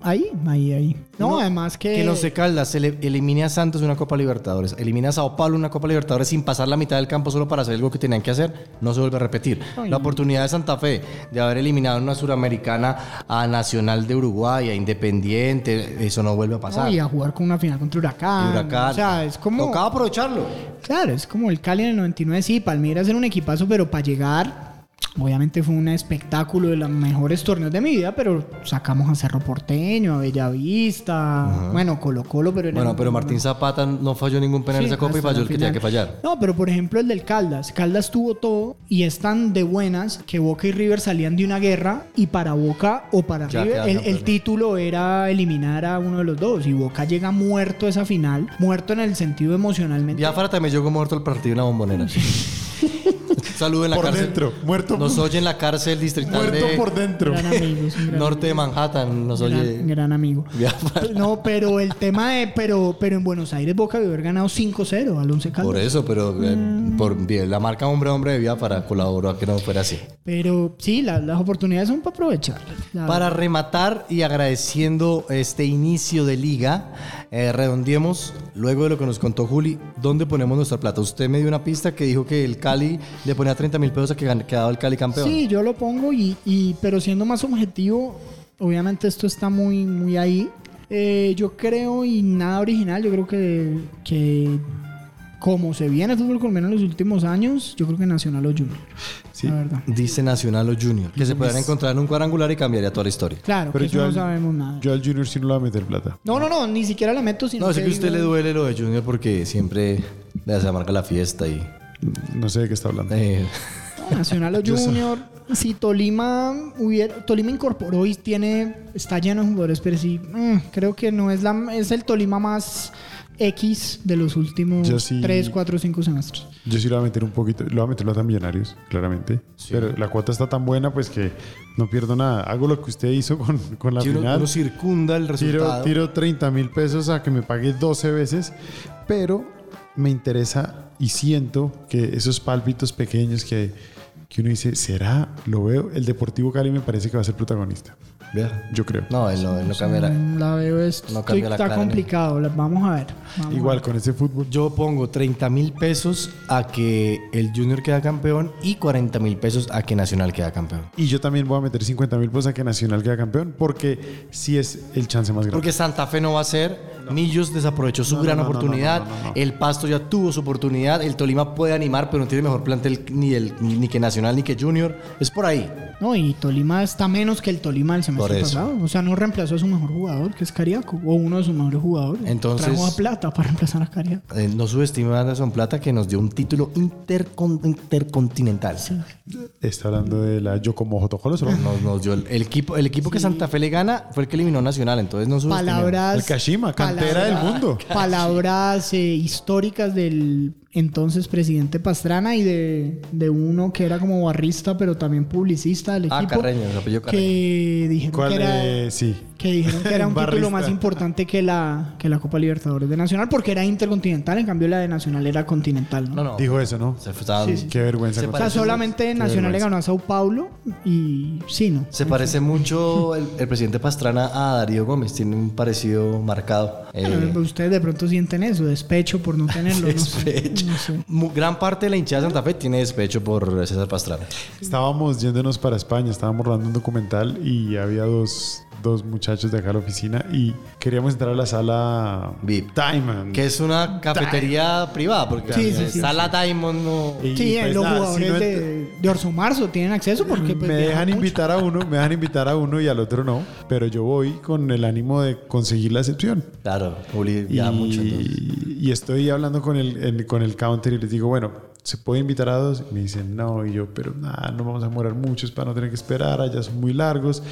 Speaker 3: Ahí, ahí, ahí. No, además que...
Speaker 1: Que no se calda, se le elimina a Santos de una Copa Libertadores, elimina a Sao Paulo de una Copa Libertadores sin pasar la mitad del campo solo para hacer algo que tenían que hacer, no se vuelve a repetir.
Speaker 3: Ay,
Speaker 1: La
Speaker 3: no.
Speaker 1: oportunidad de Santa Fe de haber eliminado en una suramericana a Nacional de Uruguay, a Independiente, eso no vuelve a pasar.
Speaker 3: Ay, a jugar con una final contra Huracán.
Speaker 1: Y Huracán.
Speaker 3: O sea, es como...
Speaker 1: Tocaba aprovecharlo.
Speaker 3: Claro, es como el Cali en el 99, sí, Palmeiras era un equipazo, pero para llegar... Obviamente fue un espectáculo de los mejores torneos de mi vida, pero sacamos a Cerro Porteño, a Bellavista, bueno, Colo Colo, pero... era
Speaker 1: Bueno,
Speaker 3: un-
Speaker 1: pero Martín Zapata no falló ningún penal en
Speaker 3: Sí,
Speaker 1: esa Copa y
Speaker 3: hasta
Speaker 1: falló
Speaker 3: la
Speaker 1: el que tenía
Speaker 3: final.
Speaker 1: que fallar.
Speaker 3: No, pero por ejemplo el del Caldas. Caldas tuvo todo y es tan de buenas que Boca y River salían de una guerra y para Boca o para
Speaker 1: Ya
Speaker 3: River
Speaker 1: quedan
Speaker 3: el, el
Speaker 1: campeones.
Speaker 3: título era eliminar a uno de los dos y Boca llega muerto a esa final, muerto en el sentido emocionalmente.
Speaker 1: Biafra también llegó muerto al partido en la bombonera. saludo en la
Speaker 2: Por
Speaker 1: cárcel.
Speaker 2: dentro, muerto-
Speaker 1: Nos oye en la cárcel distrital
Speaker 2: Muerto
Speaker 1: de
Speaker 2: por dentro.
Speaker 3: Gran amigo, es un gran
Speaker 1: Norte de
Speaker 3: amigo.
Speaker 1: Manhattan. Nos
Speaker 3: gran,
Speaker 1: oye.
Speaker 3: gran amigo.
Speaker 1: Vea,
Speaker 3: No, pero el tema de, pero, pero en Buenos Aires Boca debió haber ganado 5-0 al Once Caldas.
Speaker 1: Por eso, pero eh,
Speaker 3: Mm.
Speaker 1: por bien, la marca Hombre a Hombre debía para colaborar que no fuera así.
Speaker 3: Pero sí, la- las oportunidades son para aprovechar. La-
Speaker 1: Para rematar y agradeciendo este inicio de liga, eh, redondeemos luego de lo que nos contó Juli, ¿dónde ponemos nuestra plata? Usted me dio una pista que dijo que el Cali le ponía 30 mil pesos a que gan- quedaba el Cali campeón.
Speaker 3: Sí, yo lo pongo y, y- pero siendo más objetivo, obviamente esto está muy, muy ahí. Eh, yo creo y nada original, yo creo que, que como se viene el fútbol colombiano en los últimos años, yo creo que Nacional o Junior.
Speaker 2: Sí.
Speaker 3: La verdad.
Speaker 1: Dice Nacional o Junior, que se podrían
Speaker 3: Pues
Speaker 1: encontrar en un cuadrangular y cambiaría toda la historia.
Speaker 3: Claro,
Speaker 2: Pero
Speaker 3: que eso
Speaker 2: yo
Speaker 3: no
Speaker 2: al-
Speaker 3: sabemos nada.
Speaker 2: Yo al Junior sí no le voy a meter plata.
Speaker 3: No, no, no, ni siquiera la meto, sino
Speaker 1: No, sé que a usted
Speaker 3: digo-
Speaker 1: le duele lo de Junior porque siempre le hace marca la fiesta y...
Speaker 2: No sé de qué está hablando.
Speaker 1: eh,
Speaker 3: No, Nacional o Junior. Si Tolima hubiera, Tolima incorporó y tiene, está lleno de jugadores, pero sí, mm, creo que no es la, es el Tolima más X de los últimos
Speaker 2: Yo sí-
Speaker 3: 3, 4, 5 semestres.
Speaker 2: Yo sí le voy a meter un poquito. Le voy a meter plata a Millonarios, claramente. Pero la cuota está tan buena, pues que no pierdo nada. Hago lo que usted hizo con, con la
Speaker 1: que uno,
Speaker 2: final.
Speaker 1: uno circunda el
Speaker 2: Tiro,
Speaker 1: resultado.
Speaker 2: tiro 30 mil pesos a que me pague 12 veces, pero me interesa y siento que esos pálpitos pequeños que, que uno dice, ¿será? Lo veo. El Deportivo Cali me parece que va a ser protagonista.
Speaker 1: Vea.
Speaker 2: Yo creo.
Speaker 1: No, él no, él no cambiará.
Speaker 3: Mm, La veo es,
Speaker 1: No cambia la
Speaker 3: está
Speaker 1: cara,
Speaker 3: complicado, la- vamos a ver. vamos a
Speaker 2: Igual
Speaker 3: ver.
Speaker 2: con ese fútbol.
Speaker 1: Yo pongo 30 mil pesos a que el Junior queda campeón y 40 mil pesos a que Nacional queda campeón.
Speaker 2: Y yo también voy a meter 50 mil pesos a que Nacional queda campeón, porque sí es el chance más grande.
Speaker 1: Porque Santa Fe no va a ser. Millos desaprovechó su
Speaker 2: No, no,
Speaker 1: gran
Speaker 2: no, no,
Speaker 1: oportunidad.
Speaker 2: no, no, no, no.
Speaker 1: El Pasto ya tuvo su oportunidad. El Tolima puede animar, pero no tiene mejor plantel ni, el, ni, ni que Nacional ni que Junior. Es por ahí.
Speaker 3: No, y Tolima está menos que el Tolima del semestre
Speaker 1: Por eso.
Speaker 3: pasado. O sea, no reemplazó a su mejor jugador, que es Cariaco, o uno de sus mejores jugadores.
Speaker 1: Entonces-
Speaker 3: Trajo a Plata para reemplazar a Cariaco.
Speaker 1: Eh, no subestima a Anderson Plata que nos dio un título intercon- intercontinental.
Speaker 2: Está hablando de la Yo como Jotojolo. solo-
Speaker 1: Nos, nos dio el, el equipo, el equipo que Santa Fe le gana fue el que eliminó a Nacional. Entonces no subestimemos.
Speaker 3: palabras.
Speaker 2: El Kashima, cantera del mundo.
Speaker 3: Palabras eh, históricas del entonces presidente Pastrana y de, de uno que era como barrista, pero también publicista del equipo.
Speaker 1: Ah, Carreño, se apellido Carreño.
Speaker 3: que dijeron
Speaker 2: ¿Cuál
Speaker 3: que era.
Speaker 2: eh, Sí.
Speaker 3: que dijeron que era un título
Speaker 2: Barrista.
Speaker 3: más importante que la, que la Copa Libertadores de Nacional, porque era intercontinental, en cambio la de Nacional era continental. ¿no?
Speaker 1: No, no.
Speaker 2: Dijo eso, ¿no?
Speaker 1: Se fue- estaban-
Speaker 3: Sí, sí.
Speaker 2: Qué vergüenza.
Speaker 1: Se
Speaker 2: con-
Speaker 3: o sea,
Speaker 1: parece
Speaker 3: solamente Nacional le
Speaker 2: vergüenza.
Speaker 3: ganó a Sao Paulo y sí, ¿no?
Speaker 1: Se parece mucho el, el presidente Pastrana a Darío Gómez, tiene un parecido marcado. Eh,
Speaker 3: Bueno, ustedes de pronto sienten eso, despecho por no tenerlo. no sé,
Speaker 1: despecho.
Speaker 3: no sé.
Speaker 1: mu- Gran parte de la hinchada de Santa Fe tiene despecho por César Pastrana.
Speaker 2: Estábamos yéndonos para España, estábamos rodando un documental y había dos, dos muchachos de acá a la oficina y queríamos entrar a la sala
Speaker 1: VIP.
Speaker 2: Diamond.
Speaker 1: Que es una cafetería privada, porque
Speaker 3: Sí, sí,
Speaker 1: eh,
Speaker 3: sí,
Speaker 1: Sala Diamond no.
Speaker 2: Y,
Speaker 3: Sí,
Speaker 2: pues,
Speaker 3: los
Speaker 2: nada,
Speaker 3: jugadores
Speaker 2: si no ent-
Speaker 3: de, de Orso Marzo tienen acceso porque pues,
Speaker 2: me
Speaker 3: viajan
Speaker 2: dejan
Speaker 3: mucho.
Speaker 2: invitar a uno, me dejan invitar a uno y al otro no, pero yo voy con el ánimo de conseguir la excepción.
Speaker 1: Claro, Juli
Speaker 2: Y,
Speaker 1: ya mucho. entonces.
Speaker 2: y estoy hablando con el, en- con el counter y les digo, bueno, ¿se puede invitar a dos? Y me dicen, no, y yo, pero nada, no vamos a demorar muchos para no tener que esperar, allá son muy largos.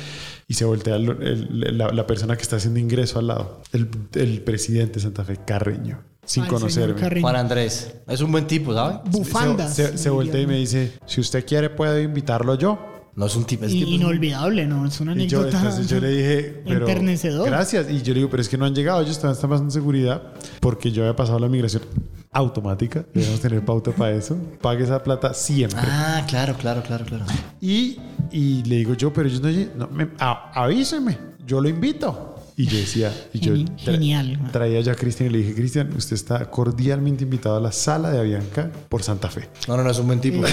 Speaker 2: Y se voltea el- el- la, la persona que está haciendo ingreso al lado, el, el presidente de Santa Fe, Carreño, sin
Speaker 3: Al señor
Speaker 2: conocerme.
Speaker 3: Carreño.
Speaker 1: Juan Andrés, es un buen tipo, ¿sabe?
Speaker 3: Bufandas.
Speaker 2: Se, se- se voltea y me dice, si usted quiere puedo invitarlo yo.
Speaker 1: No es un tipo. Es
Speaker 3: Y-
Speaker 1: tipo-
Speaker 3: inolvidable, ¿no? Es una
Speaker 2: pues-". Y yo,
Speaker 3: anécdota.
Speaker 2: entonces yo le dije, pero,
Speaker 3: Enternecedor.
Speaker 2: gracias. Y yo le digo, pero es que no han llegado, ellos todavía están pasando seguridad porque yo había pasado la migración automática. Debemos tener pauta para eso. Pague esa plata siempre.
Speaker 1: Ah, claro, claro, claro, claro.
Speaker 2: Y, y le digo yo, pero ellos no, lle- no me- a- avíseme, yo lo invito. Y yo decía, y yo
Speaker 3: Geni- genial, man.
Speaker 2: traía ya a Cristian y le dije, Cristian, usted está cordialmente invitado a la sala de Avianca por Santa Fe.
Speaker 1: No, no, no es un buen tipo.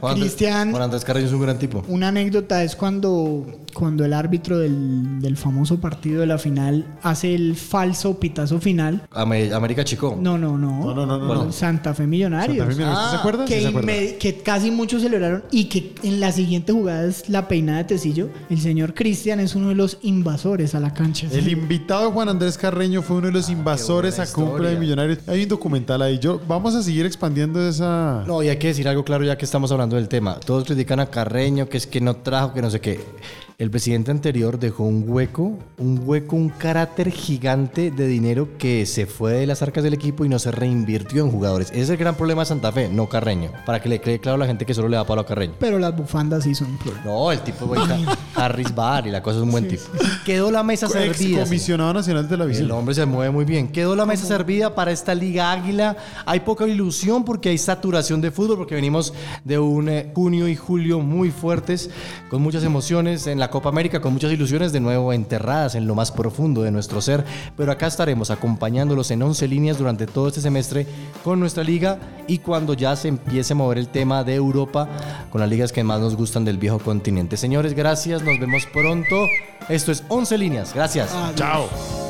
Speaker 1: Juan Andrés-
Speaker 3: Cristian-
Speaker 1: Juan Andrés Carreño es un gran tipo.
Speaker 3: Una anécdota es cuando, cuando el árbitro del, del famoso partido de la final hace el falso pitazo final.
Speaker 1: Ame- América Chico.
Speaker 3: No, no, no.
Speaker 2: No, no, no, no,
Speaker 3: Bueno,
Speaker 2: no.
Speaker 3: Santa Fe Millonarios.
Speaker 2: Santa Fe, mira, ¿usted
Speaker 1: Ah,
Speaker 2: se acuerda? Sí
Speaker 3: que,
Speaker 2: se acuerda.
Speaker 3: inme- que casi muchos celebraron y que en la siguiente jugada es la peinada de Tecillo. El señor Cristian es uno de los invasores a la cancha.
Speaker 2: El invitado Juan Andrés Carreño fue uno de los invasores
Speaker 1: Ah, buena
Speaker 2: a compra de
Speaker 1: historia.
Speaker 2: millonarios. Hay un documental ahí. Yo, vamos a seguir expandiendo esa.
Speaker 1: No, y hay que decir algo claro ya que estamos hablando del tema. Todos critican a Carreño, que es que no trajo, que no sé qué. El presidente anterior dejó un hueco, un hueco, un carácter gigante de dinero que se fue de las arcas del equipo y no se reinvirtió en jugadores. Ese es el gran problema de Santa Fe, no Carreño. Para que le quede claro a la gente que solo le da palo a Carreño.
Speaker 3: Pero las bufandas sí son un problema.
Speaker 1: No, el tipo güey, Harris Bar y la cosa es un buen tipo. Quedó la mesa servida.
Speaker 2: Ex comisionado nacional de la
Speaker 1: El
Speaker 2: visión.
Speaker 1: hombre se mueve muy bien. Quedó la mesa servida para esta Liga Águila. Hay poca ilusión porque hay saturación de fútbol, porque venimos de un eh, junio y julio muy fuertes, con muchas emociones en la Copa América, con muchas ilusiones de nuevo enterradas en lo más profundo de nuestro ser. Pero acá estaremos acompañándolos en 11 líneas durante todo este semestre con nuestra liga y cuando ya se empiece a mover el tema de Europa con las ligas que más nos gustan del viejo
Speaker 3: Ah,
Speaker 1: continente. Señores, gracias. Nos vemos pronto. Esto es 11 líneas. Gracias.
Speaker 2: Chao.